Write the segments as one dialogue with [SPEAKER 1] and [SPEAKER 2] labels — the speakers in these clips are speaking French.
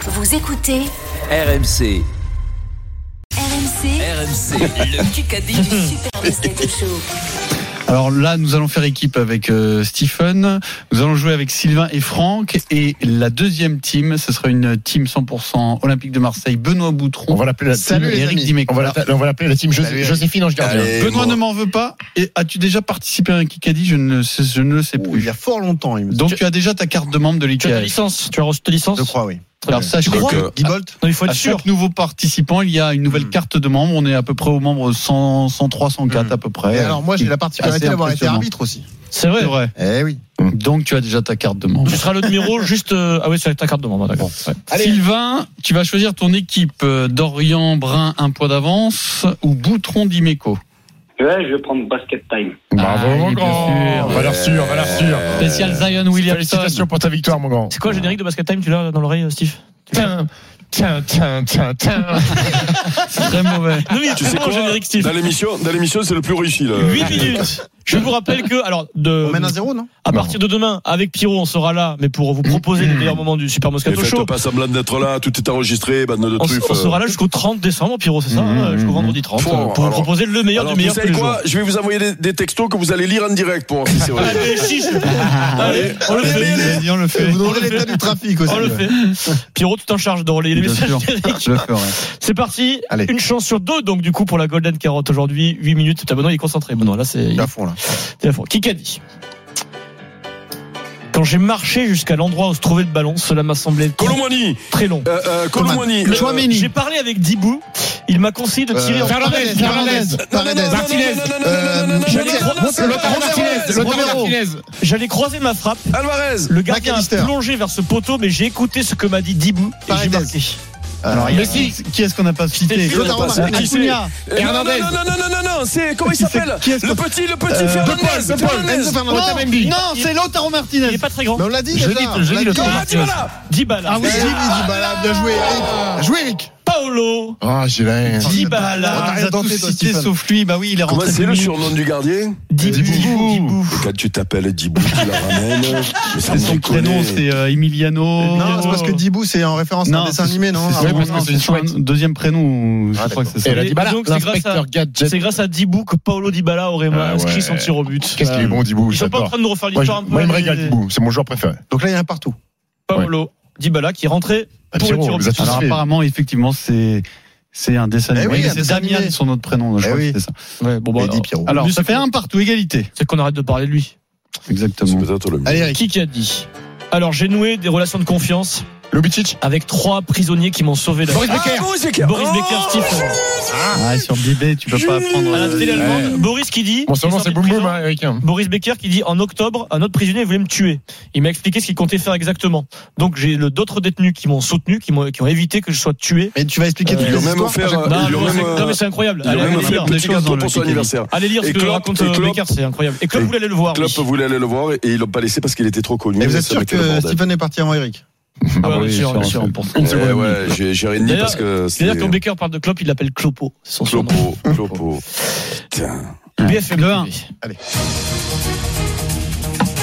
[SPEAKER 1] Vous écoutez
[SPEAKER 2] RMC,
[SPEAKER 1] RMC,
[SPEAKER 2] RMC, le
[SPEAKER 1] Kikadi du Super Moscato Show.
[SPEAKER 3] Alors là, nous allons faire équipe avec euh, Stephen. Nous allons jouer avec Sylvain et Franck. Et la deuxième team, ce sera une team 100% Olympique de Marseille. Benoît Boutron.
[SPEAKER 4] On va l'appeler la team
[SPEAKER 3] Salut les
[SPEAKER 4] Eric
[SPEAKER 3] amis.
[SPEAKER 4] Dimeco. On va l'appeler- on va l'appeler la team José-
[SPEAKER 5] Salut.
[SPEAKER 4] Joséphine Ange Gardien.
[SPEAKER 5] Allez,
[SPEAKER 3] Benoît
[SPEAKER 5] bon.
[SPEAKER 3] ne m'en veut pas. Et as-tu déjà participé à un Kikadi Je ne sais, je ne le sais
[SPEAKER 5] Ouh, il y
[SPEAKER 3] plus.
[SPEAKER 5] a fort longtemps, il me
[SPEAKER 3] Donc tu as déjà ta carte de membre de
[SPEAKER 6] Tu as ta
[SPEAKER 3] l'IKEA.
[SPEAKER 6] licence Tu as reçu ta licence
[SPEAKER 5] je crois, oui.
[SPEAKER 3] Alors sache
[SPEAKER 5] Tu
[SPEAKER 3] que
[SPEAKER 5] crois
[SPEAKER 3] à
[SPEAKER 5] Guy Bolt
[SPEAKER 6] Non, il faut être
[SPEAKER 3] chaque
[SPEAKER 6] sûr.
[SPEAKER 3] nouveau participant, il y a une nouvelle
[SPEAKER 5] Mm.
[SPEAKER 3] carte de membre. On est à peu près au membre 100, 103, 104
[SPEAKER 5] Mm.
[SPEAKER 3] à peu près.
[SPEAKER 5] Et alors, moi, j'ai la particularité
[SPEAKER 3] Assez
[SPEAKER 5] d'avoir été
[SPEAKER 3] impressionnant.
[SPEAKER 5] arbitre aussi.
[SPEAKER 6] C'est vrai.
[SPEAKER 3] C'est vrai.
[SPEAKER 5] Eh oui.
[SPEAKER 3] Donc tu as déjà ta carte de membre.
[SPEAKER 6] Tu seras le numéro juste. euh, Ah oui, c'est ta carte de membre, d'accord. Ouais.
[SPEAKER 3] Sylvain, tu vas choisir ton équipe euh, Dorian Brun un point d'avance ou Boutron Dimeco.
[SPEAKER 7] Ouais, je vais prendre basket time.
[SPEAKER 4] Bravo,
[SPEAKER 3] Ah,
[SPEAKER 4] mon
[SPEAKER 3] oui, bien
[SPEAKER 4] grand.
[SPEAKER 3] sûr.
[SPEAKER 4] Valeur sûre, valeur sûre.
[SPEAKER 5] Euh,
[SPEAKER 3] Spécial Zion Williamson.
[SPEAKER 4] Félicitations pour ta victoire, mon grand.
[SPEAKER 6] C'est quoi le générique de Basket Time Tu l'as dans l'oreille, euh, Steve
[SPEAKER 4] Tiens, tiens, tiens, tiens, tiens.
[SPEAKER 3] C'est très mauvais.
[SPEAKER 6] Non, mais
[SPEAKER 8] Tu sais quoi euh,
[SPEAKER 6] générique, Steve.
[SPEAKER 8] Dans l'émission, dans l'émission, c'est le plus réussi. Là.
[SPEAKER 6] 8 minutes. Je vous rappelle que, alors, de,
[SPEAKER 5] On mène à zéro, non
[SPEAKER 6] à partir de demain, avec Pierrot, on sera là, mais pour vous proposer les meilleurs moments du Super
[SPEAKER 8] Et
[SPEAKER 6] Moscato
[SPEAKER 8] faites
[SPEAKER 6] Show.
[SPEAKER 8] pas semblant d'être là, tout est enregistré, bande de euh.
[SPEAKER 6] On,
[SPEAKER 8] truffes.
[SPEAKER 6] on sera là jusqu'au 30 décembre, Pierrot, c'est ça
[SPEAKER 3] Mmh,
[SPEAKER 6] hein, Jusqu'au vendredi 30,
[SPEAKER 8] Faut,
[SPEAKER 6] euh, pour vous
[SPEAKER 8] alors-
[SPEAKER 6] proposer le meilleur
[SPEAKER 8] Alors,
[SPEAKER 6] du meilleur
[SPEAKER 8] vous
[SPEAKER 6] tous
[SPEAKER 8] savez
[SPEAKER 6] les jours.
[SPEAKER 8] quoi Je vais vous envoyer des, des textos que vous allez lire en direct pour voir si c'est vrai.
[SPEAKER 6] Allez, chiche. Allez, on le fait.
[SPEAKER 3] Vas-y, Euh, on le fait.
[SPEAKER 5] Vous donnerez l'état du trafic aussi.
[SPEAKER 6] On le fait. Pierrot, tu t'en charges de relayer les
[SPEAKER 3] Bien
[SPEAKER 6] messages
[SPEAKER 3] sûr.
[SPEAKER 6] d'Eric.
[SPEAKER 3] Je le ferai.
[SPEAKER 6] C'est parti.
[SPEAKER 5] Allez.
[SPEAKER 6] Une chance sur deux, donc du coup, pour la Golden Carotte aujourd'hui. 8 minutes. T'as Benoît, il est concentré. Benoît, là, c'est.
[SPEAKER 5] Il est à fond, là.
[SPEAKER 6] il est à fond. Qui qu'a dit Quand j'ai marché jusqu'à l'endroit où se trouvait le ballon, cela m'a semblé
[SPEAKER 8] Colomani,
[SPEAKER 6] très long.
[SPEAKER 8] euh, euh, Colomani,
[SPEAKER 3] Le
[SPEAKER 8] euh,
[SPEAKER 3] Chouameni.
[SPEAKER 6] J'ai parlé avec Dibou. Il m'a conseillé de tirer en
[SPEAKER 4] Fernandez, Fernandez,
[SPEAKER 5] Euh, Fernandez.
[SPEAKER 4] Martinez,
[SPEAKER 5] Euh,
[SPEAKER 6] J'allais
[SPEAKER 5] Martinez.
[SPEAKER 6] cro-
[SPEAKER 4] l'autre Martinez, l'autre
[SPEAKER 5] Romero.
[SPEAKER 4] Martinez.
[SPEAKER 6] j'allais croiser ma frappe.
[SPEAKER 8] Alvarez,
[SPEAKER 6] Le gardien a
[SPEAKER 5] McAllister.
[SPEAKER 6] plongé vers ce poteau, mais j'ai écouté ce que m'a dit Dibou et j'ai
[SPEAKER 5] Paredes.
[SPEAKER 6] marqué.
[SPEAKER 3] Alors,
[SPEAKER 5] Euh,
[SPEAKER 3] il y a- qui est-ce qu'on n'a pas cité
[SPEAKER 5] Claude Armand
[SPEAKER 8] Qui
[SPEAKER 5] Martinez.
[SPEAKER 8] c'est
[SPEAKER 3] Acuna.
[SPEAKER 8] Euh,
[SPEAKER 4] Hernandez.
[SPEAKER 8] Non, non, non, non, non, non, c'est comment il
[SPEAKER 3] Qui c'est-
[SPEAKER 8] s'appelle
[SPEAKER 3] qui est-ce
[SPEAKER 8] Le
[SPEAKER 3] que-
[SPEAKER 8] petit, le petit
[SPEAKER 3] Euh,
[SPEAKER 8] Fernandez. Fernandez.
[SPEAKER 5] Enzo Fernandez.
[SPEAKER 4] Otamendi.
[SPEAKER 3] Non, c'est Lautaro
[SPEAKER 6] Il
[SPEAKER 3] Martinez.
[SPEAKER 6] est pas très grand.
[SPEAKER 5] Mais on l'a dit
[SPEAKER 4] Je
[SPEAKER 5] déjà.
[SPEAKER 4] dis- je
[SPEAKER 5] On
[SPEAKER 4] dis
[SPEAKER 5] l'a
[SPEAKER 4] le
[SPEAKER 5] dit.
[SPEAKER 4] temps.
[SPEAKER 8] Ah, Dybala.
[SPEAKER 6] Dibala.
[SPEAKER 5] Ah oui, Jimmy Dybala, bien joué, Eric. Joué, Eric.
[SPEAKER 6] Paolo.
[SPEAKER 4] Ah, j'ai la haine.
[SPEAKER 3] Ah,
[SPEAKER 6] Dibala.
[SPEAKER 3] on les a
[SPEAKER 5] Arrête d'en
[SPEAKER 3] tous
[SPEAKER 5] faire, toi,
[SPEAKER 3] cités,
[SPEAKER 5] Stéphane.
[SPEAKER 3] sauf lui. Bah oui, il est
[SPEAKER 8] Comment
[SPEAKER 3] rentré.
[SPEAKER 8] c'est le
[SPEAKER 3] demi.
[SPEAKER 8] surnom du gardien
[SPEAKER 6] Dibou.
[SPEAKER 3] Dibou.
[SPEAKER 6] Dibou.
[SPEAKER 8] Et Quand tu t'appelles Dibou, tu la ramènes. Mais
[SPEAKER 3] C'est son prénom, c'est euh, Emiliano.
[SPEAKER 5] Non, c'est parce que Dibou, c'est en référence à un dessin animé, non
[SPEAKER 3] c'est-
[SPEAKER 5] Ah,
[SPEAKER 4] parce
[SPEAKER 3] non,
[SPEAKER 4] que
[SPEAKER 3] c'est
[SPEAKER 4] c'est
[SPEAKER 3] son
[SPEAKER 4] chouette.
[SPEAKER 3] deuxième prénom. Je
[SPEAKER 5] Ah,
[SPEAKER 3] crois que c'est ça.
[SPEAKER 4] Et la Dybala,
[SPEAKER 6] donc, c'est grâce à-
[SPEAKER 4] l'inspecteur Gadget.
[SPEAKER 6] C'est grâce à Dibou que Paolo Dibala aurait
[SPEAKER 4] Ah
[SPEAKER 6] inscrit
[SPEAKER 4] ouais.
[SPEAKER 6] son tir au but.
[SPEAKER 4] Qu'est-ce qu'il est bon, Dibou,
[SPEAKER 6] Ils sont pas en
[SPEAKER 4] j'adore.
[SPEAKER 6] train de nous refaire
[SPEAKER 4] Moi, je-
[SPEAKER 6] l'histoire un peu.
[SPEAKER 4] moi, il me
[SPEAKER 6] mais-
[SPEAKER 4] régale, Dibou, c'est mon joueur préféré.
[SPEAKER 5] Donc là, il y en a partout.
[SPEAKER 6] Paolo Dibala qui est rentré
[SPEAKER 4] Ah,
[SPEAKER 6] pour le
[SPEAKER 4] Pierrot,
[SPEAKER 6] tir au
[SPEAKER 4] vous
[SPEAKER 6] but.
[SPEAKER 4] êtes tous
[SPEAKER 3] Alors
[SPEAKER 4] faits.
[SPEAKER 3] apparemment, effectivement, c'est c'est un dessin
[SPEAKER 5] Eh
[SPEAKER 3] animé.
[SPEAKER 5] oui, un
[SPEAKER 3] c'est
[SPEAKER 5] dessin
[SPEAKER 3] Damien
[SPEAKER 5] animé.
[SPEAKER 3] son autre prénom. Je
[SPEAKER 5] Eh
[SPEAKER 3] crois
[SPEAKER 5] oui.
[SPEAKER 3] que c'est ça.
[SPEAKER 6] bon, bah,
[SPEAKER 5] Et dit
[SPEAKER 6] alors,
[SPEAKER 5] Pierrot.
[SPEAKER 3] Alors
[SPEAKER 6] Lui,
[SPEAKER 3] ça
[SPEAKER 6] c'est
[SPEAKER 3] fait
[SPEAKER 6] cool.
[SPEAKER 3] un partout, égalité.
[SPEAKER 6] c'est qu'on arrête de parler de lui.
[SPEAKER 8] C'est
[SPEAKER 3] Exactement.
[SPEAKER 8] peut-être le mieux.
[SPEAKER 5] Allez, Eric.
[SPEAKER 6] Qui qui a dit Alors j'ai noué des relations de confiance
[SPEAKER 4] Lubicic.
[SPEAKER 6] avec trois prisonniers qui m'ont sauvé la
[SPEAKER 4] Ah, Boris
[SPEAKER 6] vie.
[SPEAKER 4] Becker.
[SPEAKER 8] Boris Becker.
[SPEAKER 6] Boris
[SPEAKER 8] Oh,
[SPEAKER 6] Becker, Stephen.
[SPEAKER 3] Ah, sur Bibé, tu peux pas apprendre.
[SPEAKER 6] À la
[SPEAKER 3] euh,
[SPEAKER 6] télé allemande, Boris qui dit.
[SPEAKER 4] Bon, son nom, c'est
[SPEAKER 6] sorti de
[SPEAKER 4] Boum Boum,
[SPEAKER 6] prison.
[SPEAKER 4] hein, Eric. hein.
[SPEAKER 6] Boris Becker qui dit en octobre, un autre prisonnier voulait me tuer. Il m'a expliqué ce qu'il comptait faire exactement. Donc j'ai le- d'autres détenus qui m'ont soutenu, qui, m'ont- qui ont évité que je sois tué.
[SPEAKER 5] Mais tu vas expliquer
[SPEAKER 6] Euh,
[SPEAKER 5] toutes
[SPEAKER 8] Ils lui ont
[SPEAKER 5] les
[SPEAKER 8] même
[SPEAKER 5] histoires.
[SPEAKER 8] offert, euh,
[SPEAKER 6] Non,
[SPEAKER 8] ils lui ont
[SPEAKER 6] mais
[SPEAKER 8] même,
[SPEAKER 6] c'est- non,
[SPEAKER 8] euh,
[SPEAKER 6] mais c'est incroyable.
[SPEAKER 8] ils lui
[SPEAKER 6] Allez,
[SPEAKER 8] ont même
[SPEAKER 6] allez
[SPEAKER 8] offert
[SPEAKER 6] lire.
[SPEAKER 8] un
[SPEAKER 3] des
[SPEAKER 8] petit
[SPEAKER 3] choses dans
[SPEAKER 8] gâteau
[SPEAKER 3] le
[SPEAKER 8] pour son
[SPEAKER 3] Kikadi.
[SPEAKER 8] anniversaire.
[SPEAKER 6] Allez lire ce
[SPEAKER 8] Et
[SPEAKER 6] que
[SPEAKER 8] Klopp-
[SPEAKER 6] raconte
[SPEAKER 8] et
[SPEAKER 6] euh,
[SPEAKER 8] Klopp-
[SPEAKER 6] Becker, c'est incroyable. Et Klopp
[SPEAKER 8] Et
[SPEAKER 6] voulait aller le voir.
[SPEAKER 8] Klopp
[SPEAKER 6] lui.
[SPEAKER 8] voulait aller le voir et ils l'ont pas laissé parce qu'il était trop connu.
[SPEAKER 5] Et vous êtes
[SPEAKER 8] Ça
[SPEAKER 5] sûr
[SPEAKER 8] mettait le
[SPEAKER 5] que
[SPEAKER 8] bordel.
[SPEAKER 5] Stephen est parti en Eric
[SPEAKER 6] Ah
[SPEAKER 3] Ah
[SPEAKER 6] bah
[SPEAKER 3] oui,
[SPEAKER 6] oui, sûr,
[SPEAKER 3] sur-
[SPEAKER 6] sûr.
[SPEAKER 3] sur un pourcent.
[SPEAKER 8] Eh ouais, euh, j'ai j'ai rien dit
[SPEAKER 6] D'ailleurs,
[SPEAKER 8] parce que
[SPEAKER 6] C'est-à-dire
[SPEAKER 8] c'était
[SPEAKER 6] que quand Becker parle de Klopp, il l'appelle Clopo. C'est son surnom.
[SPEAKER 8] Clopo, Clopo. Putain.
[SPEAKER 6] BFM
[SPEAKER 3] De
[SPEAKER 6] TV.
[SPEAKER 3] un.
[SPEAKER 5] Allez.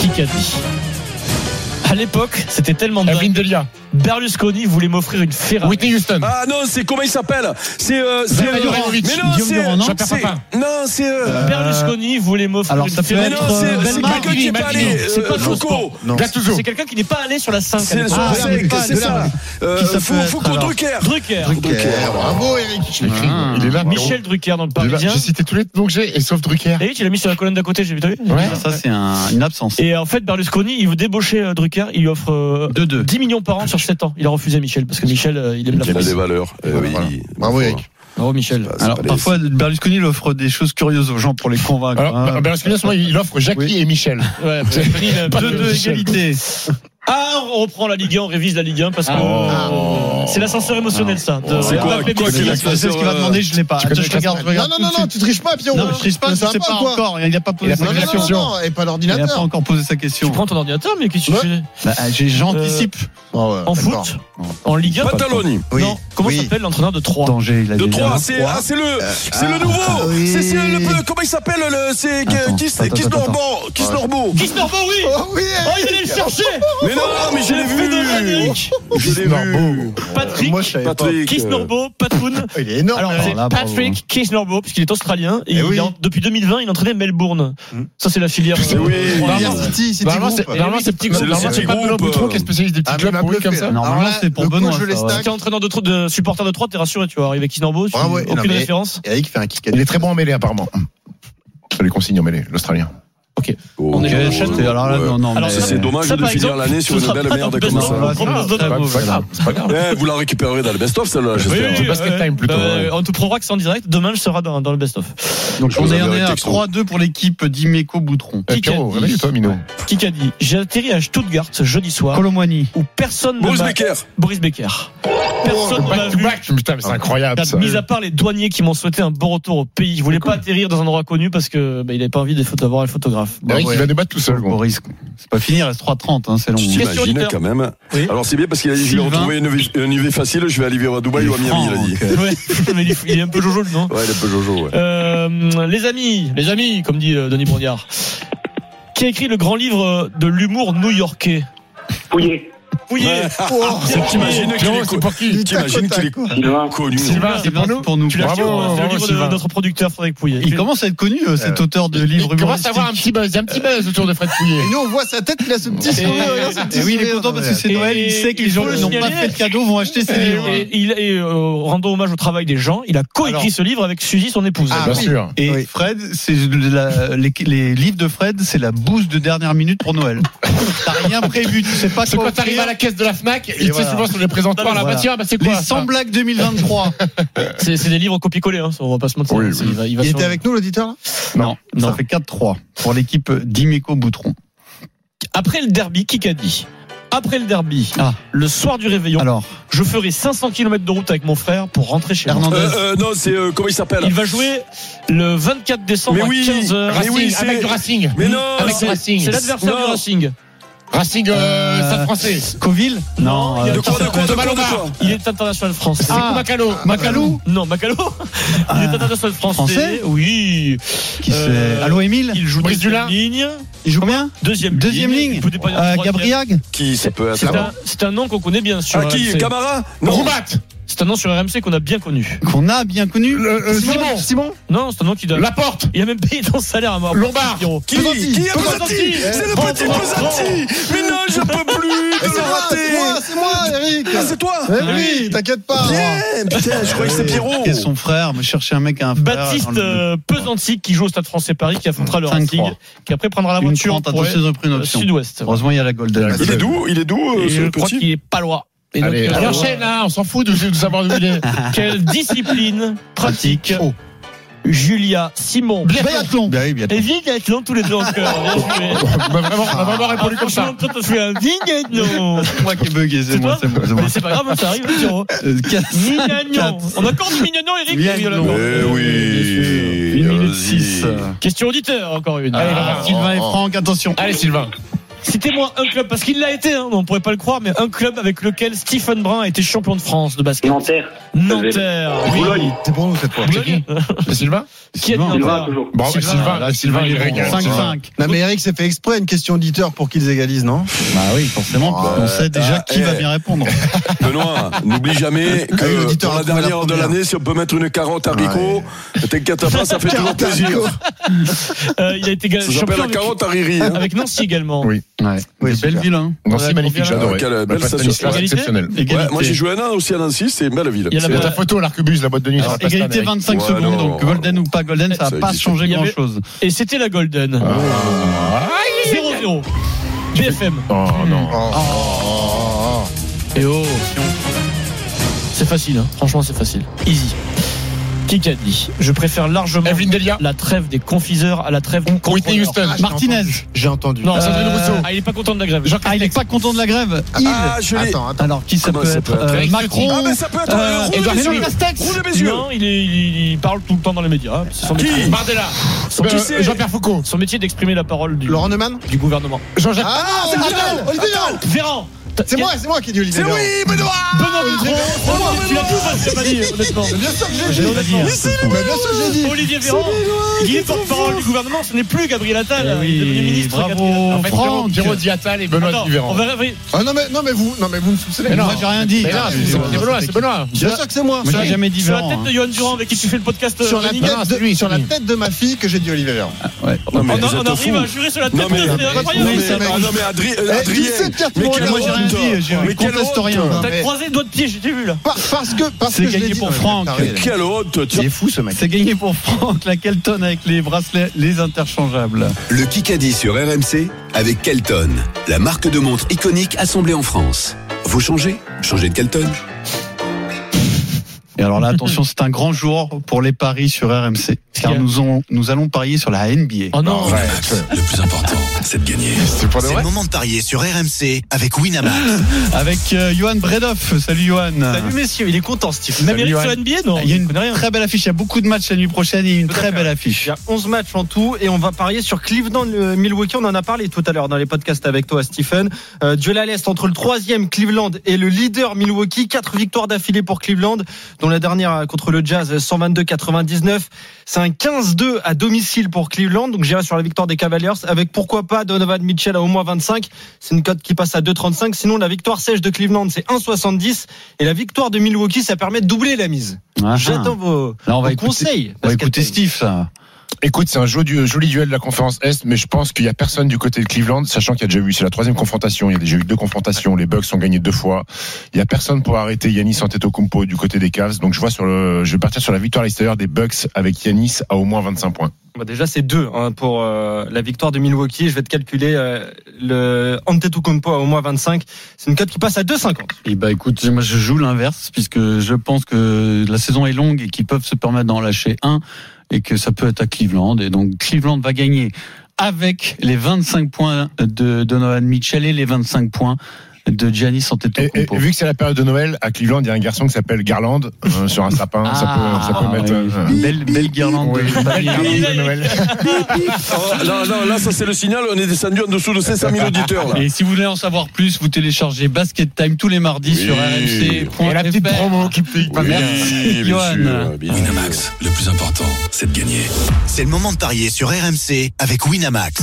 [SPEAKER 6] Qui qu'a dit À l'époque, c'était tellement
[SPEAKER 4] Evelyne
[SPEAKER 6] dingue.
[SPEAKER 4] Delia.
[SPEAKER 6] Berlusconi voulait m'offrir une Ferrari.
[SPEAKER 4] Whitney Houston.
[SPEAKER 8] Ah non, c'est comment il s'appelle C'est euh, c'est
[SPEAKER 4] Guillaume Durand.
[SPEAKER 8] euh, Mais non,
[SPEAKER 4] Guillaume Durand, non
[SPEAKER 8] c'est
[SPEAKER 4] Jean-Pierre
[SPEAKER 8] c'est-
[SPEAKER 4] Papin.
[SPEAKER 8] Non, c'est euh,
[SPEAKER 6] Berlusconi voulait m'offrir
[SPEAKER 3] alors,
[SPEAKER 6] une
[SPEAKER 3] ça peut
[SPEAKER 8] Mais
[SPEAKER 6] Ferrari.
[SPEAKER 8] non,
[SPEAKER 3] être, euh,
[SPEAKER 8] c'est c'est
[SPEAKER 3] Belmar,
[SPEAKER 8] quelqu'un qui est pas
[SPEAKER 4] Malvini,
[SPEAKER 8] allé
[SPEAKER 6] c'est
[SPEAKER 8] euh,
[SPEAKER 6] pas son
[SPEAKER 8] Foucault.
[SPEAKER 5] Non.
[SPEAKER 4] Gattuso.
[SPEAKER 6] C'est quelqu'un qui n'est pas allé sur la 5.
[SPEAKER 8] C'est le
[SPEAKER 3] Ah,
[SPEAKER 8] Sec,
[SPEAKER 3] Delap,
[SPEAKER 8] c'est ça.
[SPEAKER 3] Delap.
[SPEAKER 8] Euh,
[SPEAKER 3] Qui ça peut
[SPEAKER 8] Fou-
[SPEAKER 3] être,
[SPEAKER 8] Foucault
[SPEAKER 3] alors
[SPEAKER 8] Drucker.
[SPEAKER 6] Drucker.
[SPEAKER 8] Drucker.
[SPEAKER 5] Bravo, Eric.
[SPEAKER 4] Je l'ai écrit,
[SPEAKER 3] Ah.
[SPEAKER 4] Il est là.
[SPEAKER 6] Michel Drucker dans le
[SPEAKER 4] Pierrot. J'ai
[SPEAKER 6] Parisien.
[SPEAKER 4] j'ai cité tous les noms que j'ai, et sauf Drucker.
[SPEAKER 6] Et tu l'as mis sur la colonne d'à côté, j'ai vu, t'as vu
[SPEAKER 4] Ouais.
[SPEAKER 3] Ça, c'est un- une absence.
[SPEAKER 6] Et euh, en fait, Berlusconi, il veut débaucher euh, Drucker. Il lui offre euh,
[SPEAKER 3] 2-2.
[SPEAKER 6] 10 millions par an sur 7 ans. Il a refusé Michel parce que Michel, euh, il aime la
[SPEAKER 8] Il a des
[SPEAKER 6] France.
[SPEAKER 8] valeurs. Eh oui.
[SPEAKER 5] Voilà. Bravo,
[SPEAKER 8] Enfin,
[SPEAKER 5] Eric.
[SPEAKER 6] Bravo, Michel.
[SPEAKER 8] bah, c'est
[SPEAKER 3] Alors
[SPEAKER 8] pas les-
[SPEAKER 3] parfois Berlusconi il offre des choses curieuses aux gens pour les convaincre.
[SPEAKER 4] Alors, bah,
[SPEAKER 3] hein.
[SPEAKER 4] Ber- Berlusconi, en ce moment, il offre Jackie
[SPEAKER 3] Oui.
[SPEAKER 4] et Michel.
[SPEAKER 6] Ouais, bah, il a-
[SPEAKER 4] Pas de-
[SPEAKER 3] Deux-deux
[SPEAKER 4] Michel.
[SPEAKER 3] égalité.
[SPEAKER 6] Ah, on reprend la Ligue 1, on révise la Ligue 1 parce que.
[SPEAKER 3] Ah.
[SPEAKER 6] Oh. c'est l'ascenseur émotionnel, ça. de-
[SPEAKER 8] C'est
[SPEAKER 6] de
[SPEAKER 8] quoi-
[SPEAKER 6] l'appeler
[SPEAKER 8] quoi
[SPEAKER 6] Messi.
[SPEAKER 8] qu'il a-
[SPEAKER 3] Je sais ce qu'il va demander, je l'ai pas.
[SPEAKER 4] Tu connais
[SPEAKER 3] Attends, je regarde, je
[SPEAKER 5] Non,
[SPEAKER 3] regarde.
[SPEAKER 5] non,
[SPEAKER 3] tout
[SPEAKER 5] non,
[SPEAKER 3] de
[SPEAKER 5] non,
[SPEAKER 3] suite.
[SPEAKER 5] tu triches pas, Pierrot.
[SPEAKER 3] Non, je triche pas,
[SPEAKER 5] Mais
[SPEAKER 3] je
[SPEAKER 5] ça
[SPEAKER 3] sais
[SPEAKER 5] va
[SPEAKER 3] pas
[SPEAKER 5] ou quoi
[SPEAKER 3] encore. Il n'a pas posé
[SPEAKER 4] Il a
[SPEAKER 3] sa
[SPEAKER 5] Non, non,
[SPEAKER 3] question.
[SPEAKER 5] non, non, et pas
[SPEAKER 3] Il n'a pas
[SPEAKER 5] l'ordinateur.
[SPEAKER 3] encore posé sa
[SPEAKER 6] Tu
[SPEAKER 3] question.
[SPEAKER 6] prends ton ordinateur, mais qu'est-ce que
[SPEAKER 5] Ouais.
[SPEAKER 6] tu fais
[SPEAKER 3] Bah, j'ai- J'anticipe.
[SPEAKER 5] Ah ouais,
[SPEAKER 6] En
[SPEAKER 5] d'accord.
[SPEAKER 6] foot En Ligue 1
[SPEAKER 8] Pantaloni.
[SPEAKER 5] Oui.
[SPEAKER 6] Non. Comment
[SPEAKER 5] Oui.
[SPEAKER 6] s'appelle l'entraîneur de 3
[SPEAKER 3] Danger, il a
[SPEAKER 8] De
[SPEAKER 3] déjà-
[SPEAKER 8] 3, c'est ah, c'est le, c'est le nouveau.
[SPEAKER 5] oui.
[SPEAKER 8] C'est c'est le, le- comment il s'appelle le, c'est
[SPEAKER 3] Attends,
[SPEAKER 8] Kiss
[SPEAKER 3] attends, attends,
[SPEAKER 8] Norbo, Kiss Norbo.
[SPEAKER 6] Kiss Norbo, oui
[SPEAKER 5] Oh oui,
[SPEAKER 6] Oh, il allait le chercher
[SPEAKER 8] Mais non, mais je
[SPEAKER 6] J'ai
[SPEAKER 8] l'ai
[SPEAKER 6] fait de
[SPEAKER 8] vu.
[SPEAKER 6] Eric
[SPEAKER 8] Je l'ai vu.
[SPEAKER 6] Patrick,
[SPEAKER 5] Moi, je savais pas.
[SPEAKER 8] Patrick.
[SPEAKER 6] Kiss
[SPEAKER 8] euh,
[SPEAKER 6] Norbo, Patoun.
[SPEAKER 5] Il est énorme.
[SPEAKER 6] Alors,
[SPEAKER 3] alors
[SPEAKER 6] c'est
[SPEAKER 3] là, bravo, hein.
[SPEAKER 6] Patrick Kiss Norbo, puisqu'il est australien. Et
[SPEAKER 5] Eh
[SPEAKER 6] il
[SPEAKER 5] oui.
[SPEAKER 6] est en- depuis 2020, il entraînait Melbourne. Ça, c'est la filière. euh,
[SPEAKER 8] Mais Mm. Eh oui.
[SPEAKER 5] Première City, City
[SPEAKER 4] Normalement,
[SPEAKER 5] Group.
[SPEAKER 4] c'est
[SPEAKER 6] oui,
[SPEAKER 4] normalement,
[SPEAKER 6] c'est
[SPEAKER 4] c'est petit
[SPEAKER 6] petit groupe.
[SPEAKER 4] Normalement,
[SPEAKER 8] C'est
[SPEAKER 4] c'est pas
[SPEAKER 8] petit
[SPEAKER 4] Benoît
[SPEAKER 8] groupe,
[SPEAKER 4] Boutreau
[SPEAKER 8] euh.
[SPEAKER 4] qui est spécialiste des
[SPEAKER 5] Ah,
[SPEAKER 4] petits
[SPEAKER 5] mais il
[SPEAKER 4] clubs
[SPEAKER 5] m'a
[SPEAKER 4] pourris
[SPEAKER 5] bluffé,
[SPEAKER 4] comme ça.
[SPEAKER 5] là.
[SPEAKER 3] Normalement,
[SPEAKER 5] Alors là,
[SPEAKER 3] c'est pour
[SPEAKER 5] le coach,
[SPEAKER 3] Benoît.
[SPEAKER 5] je
[SPEAKER 3] ça,
[SPEAKER 5] l'ai
[SPEAKER 3] ouais.
[SPEAKER 5] stack.
[SPEAKER 6] T'es entraîneur de, trop- de supporter de 3, t'es rassuré, tu vas arriver avec Kiss Norbo.
[SPEAKER 8] Ah
[SPEAKER 6] tu-
[SPEAKER 5] Bravo, et non,
[SPEAKER 6] Aucune
[SPEAKER 5] mais-
[SPEAKER 6] référence.
[SPEAKER 5] Eric fait un kick à
[SPEAKER 4] Il est très bon en mêlée, apparemment. Je les consigne en mêlée, l'Australien.
[SPEAKER 6] On est
[SPEAKER 8] Oh,
[SPEAKER 6] la
[SPEAKER 3] C'était- Alors là,
[SPEAKER 8] ouais.
[SPEAKER 3] non, non.
[SPEAKER 6] Alors,
[SPEAKER 3] mais-
[SPEAKER 8] C'est c'est dommage
[SPEAKER 6] Ça,
[SPEAKER 8] de
[SPEAKER 6] par
[SPEAKER 8] finir
[SPEAKER 6] exemple,
[SPEAKER 8] l'année sur
[SPEAKER 6] ce
[SPEAKER 8] une
[SPEAKER 6] sera
[SPEAKER 8] belle
[SPEAKER 6] pas
[SPEAKER 8] merde
[SPEAKER 6] dans le
[SPEAKER 8] comme
[SPEAKER 6] best-of.
[SPEAKER 3] Ça
[SPEAKER 8] ça.
[SPEAKER 3] va,
[SPEAKER 6] Propose
[SPEAKER 3] ça va,
[SPEAKER 6] d'autres
[SPEAKER 3] très
[SPEAKER 6] mots,
[SPEAKER 3] beau,
[SPEAKER 6] voilà.
[SPEAKER 3] voilà.
[SPEAKER 8] Eh, vous la récupérez dans le best-of celle-là, j'espère.
[SPEAKER 4] oui. basket time, plutôt, hein. ouais.
[SPEAKER 6] On te prouvera que c'est euh, en direct. Demain, je serai dans, dans le best-of.
[SPEAKER 3] Donc
[SPEAKER 8] Je
[SPEAKER 3] on
[SPEAKER 8] vous
[SPEAKER 3] est,
[SPEAKER 8] enverrai
[SPEAKER 3] on est
[SPEAKER 8] le
[SPEAKER 3] à
[SPEAKER 8] texto.
[SPEAKER 3] 3-2 pour l'équipe d'Imeco Boutron.
[SPEAKER 4] Eh,
[SPEAKER 6] Qui
[SPEAKER 4] Pierrot,
[SPEAKER 6] qu'a dit
[SPEAKER 4] réveille-toi, Mino.
[SPEAKER 6] Qui a dit J'ai atterri à Stuttgart ce jeudi soir
[SPEAKER 3] Colomwani.
[SPEAKER 6] où personne ne
[SPEAKER 8] Boris
[SPEAKER 6] m'a.
[SPEAKER 8] Becker. Oh,
[SPEAKER 6] Boris Becker. Personne ne m'a
[SPEAKER 4] Back to
[SPEAKER 6] vu.
[SPEAKER 4] back. Putain, mais c'est incroyable ça.
[SPEAKER 6] Mis à part les douaniers qui m'ont souhaité un bon retour au pays, il voulait pas atterrir dans un endroit connu parce que bah, il n'avait pas envie d'être- d'avoir un photographe.
[SPEAKER 4] Eric, il va débattre tout seul. gros.
[SPEAKER 3] Boris, c'est pas fini, il reste 3-30, hein, c'est long.
[SPEAKER 8] Tu
[SPEAKER 6] Question
[SPEAKER 8] t'imagines
[SPEAKER 6] auditeur.
[SPEAKER 8] quand même.
[SPEAKER 6] Oui.
[SPEAKER 8] Alors c'est bien parce qu'il a dit je vais
[SPEAKER 3] Sylvain.
[SPEAKER 8] retrouver une vie- une vie facile, je vais aller vivre à Dubaï ou à Miami, il a dit.
[SPEAKER 3] Franck, euh,
[SPEAKER 6] Ouais, mais il est- il est un peu jojo, non
[SPEAKER 8] Ouais, il est un peu Jojo, ouais.
[SPEAKER 6] Euh, les amis, les amis, comme dit euh, Denis Brognard, qui a écrit le grand livre euh, de l'humour new-yorkais
[SPEAKER 7] Fouillé.
[SPEAKER 6] Pouillet Oh, Pierre
[SPEAKER 8] T'imagines
[SPEAKER 6] Pouillet.
[SPEAKER 8] qu'il est co- t'imagines qu'il est
[SPEAKER 7] Sylvain.
[SPEAKER 8] connu.
[SPEAKER 4] Sylvain, c'est pour nous.
[SPEAKER 3] pour nous.
[SPEAKER 6] Tu l'as
[SPEAKER 4] Bravo,
[SPEAKER 6] acheté ou pas hein. C'est le
[SPEAKER 4] bravo,
[SPEAKER 6] livre de
[SPEAKER 4] Sylvain.
[SPEAKER 6] notre producteur Frédéric Pouillet.
[SPEAKER 3] Il
[SPEAKER 6] Tu-
[SPEAKER 3] commence à être connu, euh, cet auteur de livres
[SPEAKER 4] Il commence à avoir un
[SPEAKER 3] humoristiques.
[SPEAKER 4] petit buzz, il y a un petit buzz autour de Fred Pouillet.
[SPEAKER 5] Et nous, on voit sa tête, il a ce petit
[SPEAKER 6] Et-
[SPEAKER 5] sourire. regarde ce petit
[SPEAKER 3] Et oui, il est
[SPEAKER 5] sourire.
[SPEAKER 3] content parce que c'est
[SPEAKER 6] Et-
[SPEAKER 3] Noël, il sait que les
[SPEAKER 6] ils
[SPEAKER 3] gens
[SPEAKER 6] ont
[SPEAKER 3] qui n'ont pas
[SPEAKER 6] signalé-
[SPEAKER 3] fait de cadeaux vont acheter
[SPEAKER 6] Et-
[SPEAKER 3] ces livres.
[SPEAKER 6] et- il est euh, rendant hommage au travail des gens. Il a co-écrit
[SPEAKER 5] Alors.
[SPEAKER 6] ce livre avec Suzy, son épouse.
[SPEAKER 5] Ah,
[SPEAKER 4] Bien
[SPEAKER 5] oui.
[SPEAKER 4] sûr.
[SPEAKER 3] Et
[SPEAKER 5] Oui.
[SPEAKER 3] Fred, c'est la- les, les livres de Fred, c'est la bouse de dernière minute pour Noël. T'as rien prévu, tu sais pas
[SPEAKER 4] Parce que
[SPEAKER 3] quoi
[SPEAKER 4] quand t'arrives
[SPEAKER 3] offrir.
[SPEAKER 4] à la caisse de la Fnac, il te fait
[SPEAKER 3] voilà.
[SPEAKER 4] souvent sur le présentoir
[SPEAKER 3] Voilà.
[SPEAKER 4] là-bas. Tiens, bah c'est
[SPEAKER 3] Les
[SPEAKER 4] quoi
[SPEAKER 3] 100
[SPEAKER 4] ça
[SPEAKER 3] blagues 2023.
[SPEAKER 6] C'est c'est des livres copier-coller, hein, on va pas se mentir.
[SPEAKER 4] Oui,
[SPEAKER 6] hein, Il va, il va
[SPEAKER 5] Il
[SPEAKER 6] sur-
[SPEAKER 5] était avec nous, l'auditeur, là
[SPEAKER 3] Non, ça fait 4-3 pour l'équipe d'Imeco Boutron.
[SPEAKER 6] Après le derby, qui qu'a dit Après le derby,
[SPEAKER 3] Ah.
[SPEAKER 6] le soir du réveillon,
[SPEAKER 3] Alors,
[SPEAKER 6] je ferai 500 km de route avec mon frère pour rentrer chez moi.
[SPEAKER 3] Hernandez.
[SPEAKER 8] Euh, euh, non, c'est euh, comment il s'appelle
[SPEAKER 6] Il va jouer le 24 décembre
[SPEAKER 8] Mais
[SPEAKER 6] à
[SPEAKER 8] oui.
[SPEAKER 6] 15h.
[SPEAKER 8] Mais oui,
[SPEAKER 4] Racing,
[SPEAKER 8] c'est-
[SPEAKER 4] avec du Racing.
[SPEAKER 8] Mais non,
[SPEAKER 4] Avec du
[SPEAKER 8] c'est-
[SPEAKER 4] Racing.
[SPEAKER 6] C'est l'adversaire
[SPEAKER 8] Non.
[SPEAKER 6] du Racing.
[SPEAKER 4] Racing, euh,
[SPEAKER 3] Euh,
[SPEAKER 4] Saint-Français.
[SPEAKER 3] Coville Non,
[SPEAKER 6] il y a
[SPEAKER 3] euh,
[SPEAKER 8] De quoi, de quoi, de quoi, de quoi
[SPEAKER 6] Il est international français.
[SPEAKER 4] C'est Macalo.
[SPEAKER 3] Macalou
[SPEAKER 6] Euh, Non, Macalo. Il est international français.
[SPEAKER 3] Français
[SPEAKER 6] Oui.
[SPEAKER 3] qui
[SPEAKER 6] Euh,
[SPEAKER 3] c'est- Allô Émile
[SPEAKER 6] Il joue
[SPEAKER 4] Brice Dulin.
[SPEAKER 6] deuxième ligne,
[SPEAKER 3] Il joue bien
[SPEAKER 6] deuxième,
[SPEAKER 3] Deuxième
[SPEAKER 6] Il
[SPEAKER 3] ligne
[SPEAKER 6] peut dépanner en
[SPEAKER 3] euh,
[SPEAKER 6] troisième.
[SPEAKER 3] Gabriel
[SPEAKER 8] Qui ça peut
[SPEAKER 6] C'est
[SPEAKER 8] être
[SPEAKER 6] un, c'est un nom qu'on connaît bien hein, sur
[SPEAKER 8] Ah, qui
[SPEAKER 6] RMC.
[SPEAKER 8] Camara Non,
[SPEAKER 4] Roubat.
[SPEAKER 6] C'est un nom sur RMC qu'on a bien connu.
[SPEAKER 3] qu'on a bien connu
[SPEAKER 4] euh, Simon. Simon.
[SPEAKER 6] Non, c'est un nom qui donne.
[SPEAKER 4] Laporte.
[SPEAKER 6] Il a même payé ton salaire à mort.
[SPEAKER 4] Lombard.
[SPEAKER 6] Pierrot.
[SPEAKER 8] qui Qui est
[SPEAKER 6] Pesanti.
[SPEAKER 8] Pesanti C'est le
[SPEAKER 6] Prends,
[SPEAKER 8] petit
[SPEAKER 6] prends,
[SPEAKER 8] Pesanti Mais non, je peux plus
[SPEAKER 5] Eh,
[SPEAKER 8] de
[SPEAKER 5] C'est moi,
[SPEAKER 8] le
[SPEAKER 5] c'est moi,
[SPEAKER 8] rater
[SPEAKER 5] c'est moi, Eric
[SPEAKER 8] Ah, c'est toi
[SPEAKER 5] Eh oui, t'inquiète pas
[SPEAKER 8] Bien Putain, Ah, je croyais que c'était Pierrot
[SPEAKER 3] Et son frère, me chercher un mec à un frère.
[SPEAKER 6] Baptiste
[SPEAKER 3] Ah, dans le-
[SPEAKER 6] euh, Pesanti qui joue au Stade Français Paris qui affrontera le
[SPEAKER 3] 5-3.
[SPEAKER 6] Racing qui après prendra la
[SPEAKER 3] une
[SPEAKER 6] voiture
[SPEAKER 3] trente,
[SPEAKER 6] pour
[SPEAKER 3] attention,
[SPEAKER 6] aller
[SPEAKER 3] ils ont pris une
[SPEAKER 6] au
[SPEAKER 3] option.
[SPEAKER 6] sud-ouest.
[SPEAKER 3] Heureusement, il y a la Golden.
[SPEAKER 8] Il est d'où Il est d'où euh,
[SPEAKER 6] Et
[SPEAKER 8] ce
[SPEAKER 6] je crois
[SPEAKER 8] petit
[SPEAKER 6] qu'il est pas loin. Et donc,
[SPEAKER 4] Allez,
[SPEAKER 6] euh,
[SPEAKER 4] allez, enchaîne là, on s'en fout de, de savoir d'où il est.
[SPEAKER 6] quelle discipline pratique
[SPEAKER 3] Oh.
[SPEAKER 6] Julia Simon
[SPEAKER 3] Biathlon.
[SPEAKER 5] Bah oui, bien
[SPEAKER 6] et Vignetlon tous les deux en chœur. Bien joué.
[SPEAKER 4] On m'a Bah, vraiment, on m'a vraiment
[SPEAKER 6] Ah,
[SPEAKER 4] répondu comme ça.
[SPEAKER 6] franchement, toi, t'as fait un Vignetlon.
[SPEAKER 3] C'est moi qui ai bugué, c'est
[SPEAKER 6] C'est
[SPEAKER 3] moi,
[SPEAKER 6] toi
[SPEAKER 3] c'est moi, c'est moi.
[SPEAKER 6] Mais c'est pas grave, ça arrive, Pierrot.
[SPEAKER 3] Euh, quatre, cinq,
[SPEAKER 6] Mignagnon.
[SPEAKER 3] quatre.
[SPEAKER 6] On accorde Mignagnon, Eric
[SPEAKER 3] Mignagnon.
[SPEAKER 6] il y a la-
[SPEAKER 8] Eh oui
[SPEAKER 3] Une
[SPEAKER 8] vas-y.
[SPEAKER 3] minute six. euh.
[SPEAKER 6] Question auditeur, encore une.
[SPEAKER 4] Allez,
[SPEAKER 6] Ah.
[SPEAKER 4] voilà.
[SPEAKER 3] Sylvain et Franck, attention.
[SPEAKER 4] Allez, Sylvain.
[SPEAKER 6] C'était moi un club, parce qu'il l'a été, hein, on pourrait pas le croire, mais un club avec lequel Stephen Brun a été champion de France de basket.
[SPEAKER 7] Nanterre.
[SPEAKER 6] Nanterre. oui.
[SPEAKER 7] Boulogne.
[SPEAKER 5] C'est pour nous cette fois.
[SPEAKER 4] C'est qui C'est Sylvain
[SPEAKER 6] Qui a dit
[SPEAKER 3] Sylvain.
[SPEAKER 7] Sylvain
[SPEAKER 6] Nanterre
[SPEAKER 7] toujours.
[SPEAKER 4] Bon, Sylvain, Sylvain,
[SPEAKER 3] là, Sylvain, il est bon.
[SPEAKER 4] régale.
[SPEAKER 3] 5-5.
[SPEAKER 5] Non mais Eric s'est fait exprès une question auditeur pour qu'ils égalisent, non
[SPEAKER 3] Bah oui, forcément,
[SPEAKER 5] Ah,
[SPEAKER 3] on sait déjà
[SPEAKER 8] ah,
[SPEAKER 3] qui
[SPEAKER 8] eh.
[SPEAKER 3] va bien répondre.
[SPEAKER 8] Benoît, n'oublie jamais
[SPEAKER 5] Ah oui,
[SPEAKER 8] que
[SPEAKER 5] l'auditeur
[SPEAKER 8] pour
[SPEAKER 5] a trouvé la
[SPEAKER 8] la dernière de
[SPEAKER 5] première.
[SPEAKER 8] l'année, si on peut mettre une carotte haricot, t'inquiète pas, ça fait toujours
[SPEAKER 5] Carotte
[SPEAKER 8] plaisir.
[SPEAKER 5] haricot.
[SPEAKER 6] Euh, Il a été ga-
[SPEAKER 8] Ça s'appelle
[SPEAKER 6] champion
[SPEAKER 8] la
[SPEAKER 6] avec,
[SPEAKER 8] carotte à riri. hein.
[SPEAKER 6] avec Nancy également.
[SPEAKER 4] Oui.
[SPEAKER 3] Ouais.
[SPEAKER 5] Oui,
[SPEAKER 3] C'est
[SPEAKER 5] super.
[SPEAKER 3] belle ville, hein.
[SPEAKER 4] Merci, magnifique, j'adore.
[SPEAKER 8] Quelle belle station.
[SPEAKER 4] exceptionnelle.
[SPEAKER 8] Ouais,
[SPEAKER 3] Égalité.
[SPEAKER 8] moi j'ai joué un an aussi à Nancy, c'est une belle ville.
[SPEAKER 6] Ah, Il y a la
[SPEAKER 4] Il y a
[SPEAKER 8] C'est-
[SPEAKER 4] ta photo, l'arquebuse, la boîte de nuit.
[SPEAKER 3] Alors,
[SPEAKER 4] ça passe
[SPEAKER 3] égalité
[SPEAKER 4] pas, Eric.
[SPEAKER 3] 25
[SPEAKER 8] Ouais,
[SPEAKER 3] secondes,
[SPEAKER 8] non,
[SPEAKER 3] donc
[SPEAKER 8] non.
[SPEAKER 3] golden ou pas golden, ça
[SPEAKER 8] Ça
[SPEAKER 3] va pas
[SPEAKER 8] existe.
[SPEAKER 3] changer
[SPEAKER 6] Il y avait-
[SPEAKER 3] grand chose.
[SPEAKER 6] Et c'était la Golden.
[SPEAKER 4] Ah.
[SPEAKER 6] 0-0. BFM.
[SPEAKER 4] Oh non.
[SPEAKER 6] Et oh. C'est facile, hein. franchement c'est facile. Easy. Kikadi. Je préfère largement
[SPEAKER 4] Evelyne Delia.
[SPEAKER 6] la trêve des confiseurs à la trêve des
[SPEAKER 4] Whitney
[SPEAKER 6] contrôleurs. Ah,
[SPEAKER 4] Houston.
[SPEAKER 3] Martinez.
[SPEAKER 5] J'ai entendu.
[SPEAKER 6] Non,
[SPEAKER 3] Euh,
[SPEAKER 6] Sandrine Rousseau. Ah, il est pas content de la grève.
[SPEAKER 3] Ah, il n'est pas content de la grève. Il.
[SPEAKER 8] Ah, je l'ai.
[SPEAKER 5] Attends, attends.
[SPEAKER 3] Alors, qui ça
[SPEAKER 8] Comment
[SPEAKER 3] peut
[SPEAKER 8] ça
[SPEAKER 3] être
[SPEAKER 8] peut être
[SPEAKER 3] Euh,
[SPEAKER 4] Eric
[SPEAKER 3] Macron.
[SPEAKER 8] Ah, mais ça peut être
[SPEAKER 3] euh,
[SPEAKER 8] euh, roule
[SPEAKER 3] Edouard
[SPEAKER 8] les yeux.
[SPEAKER 3] Philippe Castex.
[SPEAKER 8] Roule les yeux.
[SPEAKER 6] Non, il, est- il- il parle tout le temps dans les médias. C'est son
[SPEAKER 8] Qui
[SPEAKER 6] métier.
[SPEAKER 4] Bardella.
[SPEAKER 6] Son,
[SPEAKER 4] Euh,
[SPEAKER 6] tu sais,
[SPEAKER 4] Jean-Pierre Foucault.
[SPEAKER 6] son métier d'exprimer la parole du,
[SPEAKER 5] Laurent Neumann
[SPEAKER 6] du gouvernement.
[SPEAKER 4] Jean-Jacques.
[SPEAKER 5] Ah non, Olivier Véran Olivier Véran
[SPEAKER 6] Véran t'as-
[SPEAKER 5] C'est moi, c'est moi qui ai dit Olivier
[SPEAKER 8] C'est
[SPEAKER 5] Véran.
[SPEAKER 8] oui, Benoît
[SPEAKER 6] Benoît Boutron Tu l'as tout pas, tu l'as pas dit, honnêtement.
[SPEAKER 5] Bien sûr que
[SPEAKER 6] Je
[SPEAKER 5] j'ai
[SPEAKER 6] l'ai
[SPEAKER 5] dit.
[SPEAKER 6] pas dit, hein.
[SPEAKER 5] Mais bien sûr que j'ai dit.
[SPEAKER 6] Olivier Véran, il est porte-parole du gouvernement, ce n'est plus Gabriel Attal,
[SPEAKER 3] Eh
[SPEAKER 6] il est devenu
[SPEAKER 3] oui,
[SPEAKER 6] ministre.
[SPEAKER 3] bravo.
[SPEAKER 6] Gabriel Attal.
[SPEAKER 4] En fait, Jérôme-
[SPEAKER 3] Franck.
[SPEAKER 4] Jérôme Diatal et Benoît
[SPEAKER 6] Attends, on
[SPEAKER 4] Duvéran.
[SPEAKER 6] va ré-
[SPEAKER 5] Ah non mais non mais vous non mais vous me soupçonnez.
[SPEAKER 3] Mais
[SPEAKER 5] pas.
[SPEAKER 3] non, j'ai rien dit.
[SPEAKER 4] Mais non, c'est c'est
[SPEAKER 3] Ah,
[SPEAKER 4] Benoît, c'est Benoît.
[SPEAKER 5] Bien sûr que c'est moi.
[SPEAKER 3] Moi, j'ai jamais dit
[SPEAKER 6] sur la
[SPEAKER 3] Véran,
[SPEAKER 6] tête
[SPEAKER 3] hein.
[SPEAKER 6] de Johan Durand avec qui tu fais le podcast. euh,
[SPEAKER 5] Sur la,
[SPEAKER 6] Manignac.
[SPEAKER 4] Non,
[SPEAKER 5] tête
[SPEAKER 4] c'est
[SPEAKER 5] de,
[SPEAKER 4] lui,
[SPEAKER 5] sur la
[SPEAKER 4] lui.
[SPEAKER 5] tête de ma fille que j'ai dit Olivier Véran.
[SPEAKER 3] hein. Ouais.
[SPEAKER 8] Non,
[SPEAKER 6] on,
[SPEAKER 8] mais
[SPEAKER 6] en-
[SPEAKER 8] vous
[SPEAKER 6] on
[SPEAKER 8] êtes
[SPEAKER 6] arrive
[SPEAKER 8] fous.
[SPEAKER 6] à jurer sur la tête
[SPEAKER 8] Non, mais-
[SPEAKER 6] de c'est incroyable.
[SPEAKER 5] mais-
[SPEAKER 6] T'as-
[SPEAKER 8] Ah non, mais Adri- euh,
[SPEAKER 5] Eh,
[SPEAKER 8] Adrien.
[SPEAKER 5] 17
[SPEAKER 8] Mais
[SPEAKER 5] quatre
[SPEAKER 8] quel
[SPEAKER 5] mois,
[SPEAKER 3] Moi, j'ai rien
[SPEAKER 8] honte.
[SPEAKER 3] dit. j'ai-
[SPEAKER 8] Mais
[SPEAKER 3] Je
[SPEAKER 8] quelle
[SPEAKER 3] conteste
[SPEAKER 8] honte.
[SPEAKER 3] rien.
[SPEAKER 6] T'as
[SPEAKER 5] mais-
[SPEAKER 6] croisé le doigt de pied, j'étais vu là.
[SPEAKER 5] Par- Parce que parce
[SPEAKER 3] C'est
[SPEAKER 5] que je
[SPEAKER 3] gagné
[SPEAKER 5] l'ai dit.
[SPEAKER 3] pour
[SPEAKER 5] Non, mais
[SPEAKER 3] Franck.
[SPEAKER 5] taré, là.
[SPEAKER 8] Quelle honte. tu-
[SPEAKER 5] Il est fou ce mec.
[SPEAKER 3] hein. C'est gagné pour Franck, la Kelton avec les bracelets, les interchangeables.
[SPEAKER 9] Le Kikadi sur RMC avec Kelton, la marque de montres iconique assemblée en France. Vous changez Changez de Kelton.
[SPEAKER 3] Et alors là, attention, c'est un grand jour pour les paris sur RMC. Car
[SPEAKER 6] Yeah.
[SPEAKER 3] nous, on- nous allons parier sur la NBA.
[SPEAKER 6] Oh non,
[SPEAKER 9] Le plus important, c'est de gagner.
[SPEAKER 4] C'est pas de vrai.
[SPEAKER 9] moment de parier sur RMC avec Winamax.
[SPEAKER 3] Avec euh, Johan Bredoff. Salut Johan.
[SPEAKER 6] salut messieurs, il est content Steve. Même
[SPEAKER 3] Ah. Salut,
[SPEAKER 6] Eric sur
[SPEAKER 3] Johan.
[SPEAKER 6] NBA, non
[SPEAKER 3] Il y a
[SPEAKER 6] il
[SPEAKER 3] une
[SPEAKER 6] connaît rien.
[SPEAKER 3] très belle affiche. Il y a beaucoup de matchs la nuit prochaine et une très belle affiche.
[SPEAKER 10] Il y a 11 matchs en tout et on va parier sur Cleveland euh, Milwaukee. On en a parlé tout à l'heure dans les podcasts avec toi, Stephen. Euh, duel à l'Est entre le troisième Cleveland et le leader Milwaukee. Quatre victoires d'affilée pour Cleveland, dont la dernière euh, contre le Jazz euh, 122-99. C'est un 15-2 à domicile pour Cleveland. Donc j'irai sur la victoire des Cavaliers avec pourquoi pas Donovan Mitchell à au moins 25. C'est une cote qui passe à 2,35. Sinon, la victoire sèche de Cleveland, c'est 1,70. Et la victoire de Milwaukee, ça permet de doubler la mise.
[SPEAKER 3] Ah,
[SPEAKER 10] J'attends
[SPEAKER 3] ah.
[SPEAKER 10] vos,
[SPEAKER 3] Là, on va
[SPEAKER 10] vos
[SPEAKER 3] écouter-
[SPEAKER 10] conseils.
[SPEAKER 3] On va
[SPEAKER 10] Pascal
[SPEAKER 3] écouter
[SPEAKER 10] Payne.
[SPEAKER 3] Steve, ça.
[SPEAKER 4] Écoute, c'est un joli, joli duel de la conférence Est, mais je pense qu'il n'y a personne du côté de Cleveland, sachant qu'il y a déjà eu, c'est la troisième confrontation, il y a déjà eu deux confrontations, les Bucks ont gagné deux fois. Il n'y a personne pour arrêter Yanis Antetokounmpo du côté des Cavs, donc je vois sur le, je vais partir sur la victoire à l'extérieur des Bucks avec Yanis à au moins 25 points.
[SPEAKER 10] Bah déjà, c'est deux hein, pour euh, la victoire de Milwaukee. Je vais te calculer euh, le Antetokounmpo à au moins 25. C'est une cote qui passe à 2,50.
[SPEAKER 3] Et bah écoute, moi je joue l'inverse puisque je pense que la saison est longue et qu'ils peuvent se permettre d'en lâcher un et que ça peut être à Cleveland. Et donc Cleveland va gagner avec les 25 points de Donovan Mitchell et les 25 points de Giannis
[SPEAKER 4] Et, et-
[SPEAKER 3] Antetokounmpo.
[SPEAKER 4] et vu que c'est la période de Noël, à Cleveland, il y a un garçon qui s'appelle Garland, euh, sur un sapin, ça peut, ça peut mettre,
[SPEAKER 3] Ah. oui.
[SPEAKER 4] euh,
[SPEAKER 3] belle, belle guirlande.
[SPEAKER 4] oui,
[SPEAKER 3] de-
[SPEAKER 4] Garland de Noël.
[SPEAKER 8] Oh, là, là, là, ça c'est le signal. On est descendu en dessous de 500 000 auditeurs. Là.
[SPEAKER 3] Et si vous voulez en savoir plus, vous téléchargez Basket Time tous les mardis sur rmc.fr.
[SPEAKER 4] Et la petite promo qui pique, pas bien.
[SPEAKER 8] Oui,
[SPEAKER 3] Johan.
[SPEAKER 8] bien sûr.
[SPEAKER 9] Winamax, le plus important, c'est de gagner. C'est le moment de parier sur RMC avec Winamax.